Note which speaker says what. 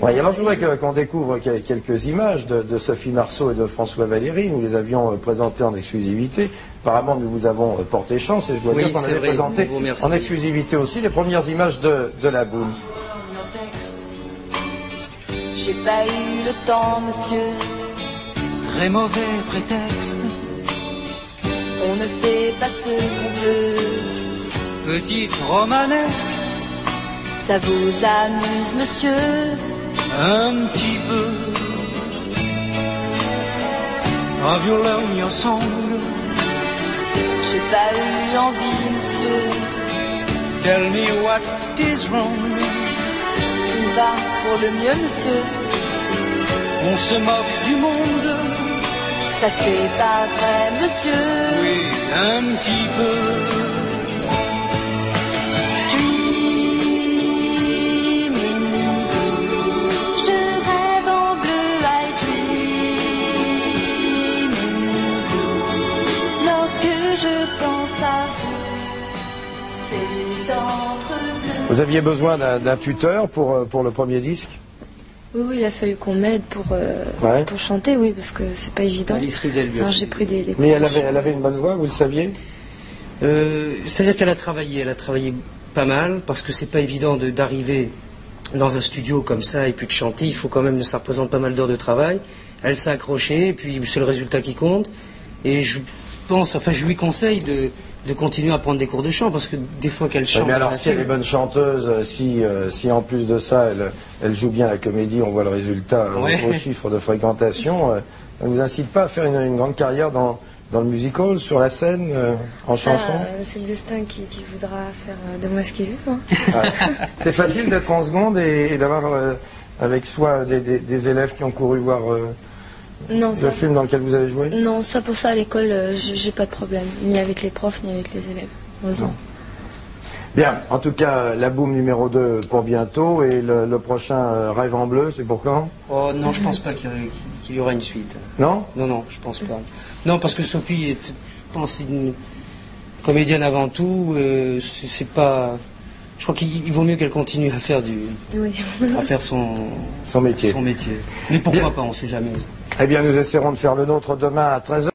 Speaker 1: Ouais, et alors je voudrais que- qu'on découvre que- quelques images de, de Sophie Marceau et de François Valéry. Nous les avions euh, présentées en exclusivité. Apparemment, nous vous avons euh, porté chance et je dois
Speaker 2: Oui,
Speaker 1: dire qu'on
Speaker 2: c'est
Speaker 1: avait
Speaker 2: vrai,
Speaker 1: présenté
Speaker 2: nous vous remercions.
Speaker 1: en exclusivité aussi les premières images de, de la boule.
Speaker 3: J'ai pas eu le temps, monsieur,
Speaker 2: Très mauvais prétexte,
Speaker 3: on ne fait pas ce qu'on veut.
Speaker 2: petite romanesque,
Speaker 3: Ça vous amuse, monsieur
Speaker 2: un petit peu. Have you learned your song?
Speaker 3: J'ai pas eu envie, monsieur,
Speaker 2: Tell me what is wrong.
Speaker 3: tout va pour le mieux, monsieur.
Speaker 2: On se moque du monde,
Speaker 3: Ça c'est pas vrai, monsieur.
Speaker 2: oui, un petit peu.
Speaker 3: Dreaming blue. Je rêve en bleu, I dream blue. Lorsque je pense à vous, c'est entre bleu.
Speaker 1: Vous aviez besoin d'un d'un tuteur pour, euh, pour le premier disque
Speaker 4: Oui, oui, il a fallu qu'on m'aide pour, euh,
Speaker 1: Ouais.
Speaker 4: pour chanter, oui, parce que c'est pas évident.
Speaker 2: Alice Riedel lui a
Speaker 4: Alors,
Speaker 2: fait-
Speaker 4: j'ai pris des, des
Speaker 1: Mais elle
Speaker 4: cours.
Speaker 1: avait, elle avait une bonne voix, vous le saviez
Speaker 2: Euh, C'est-à-dire qu'elle a travaillé, elle a travaillé pas mal, parce que c'est pas évident de- d'arriver dans un studio comme ça et puis de chanter, il faut quand même, ça représente pas mal d'heures de travail. Elle s'est accrochée, et puis c'est le résultat qui compte. Et je pense, enfin je lui conseille de, de continuer à prendre des cours de chant, parce que des fois qu'elle
Speaker 1: Oui,
Speaker 2: chante...
Speaker 1: Mais alors,
Speaker 2: elle
Speaker 1: si elle est
Speaker 2: fait-
Speaker 1: bonne chanteuse, euh, si, euh, si en plus de ça, elle, elle joue bien la comédie, on voit le résultat euh,
Speaker 2: Ouais.
Speaker 1: au chiffre de fréquentation, euh, elle ne vous incite pas à faire une, une grande carrière dans, dans le musical, sur la scène, euh, en
Speaker 4: Ça,
Speaker 1: chanson
Speaker 4: euh, c'est le destin qui, qui voudra faire euh, de moi ce qu'il veut. hein.
Speaker 1: Ouais. C'est facile d'être en seconde et, et d'avoir euh, avec soi des, des- des élèves qui ont couru voir euh,
Speaker 4: Non,
Speaker 1: le
Speaker 4: ça,
Speaker 1: film dans lequel vous avez joué
Speaker 4: non, ça pour ça à l'école, euh, j'ai j'ai pas de problème, ni avec les profs, ni avec les élèves, heureusement.
Speaker 1: Bien, en tout cas, euh, la boom numéro 2 pour bientôt et le, le prochain euh, Rêve en bleu, c'est pour quand
Speaker 2: Oh non, je pense pas qu'il y aurait- qu'il y aura une suite.
Speaker 1: Non
Speaker 2: Non, non, je pense pas. Non, parce que Sophie est, je pense, une comédienne avant tout. euh, c'est c'est pas. Je crois qu'il il vaut mieux qu'elle continue à faire du,
Speaker 4: Oui.
Speaker 2: à faire son,
Speaker 1: Son métier.
Speaker 2: son métier. Mais pourquoi
Speaker 1: Bien.
Speaker 2: pas, on sait jamais.
Speaker 1: Eh bien, nous essaierons de faire le nôtre demain à 13h.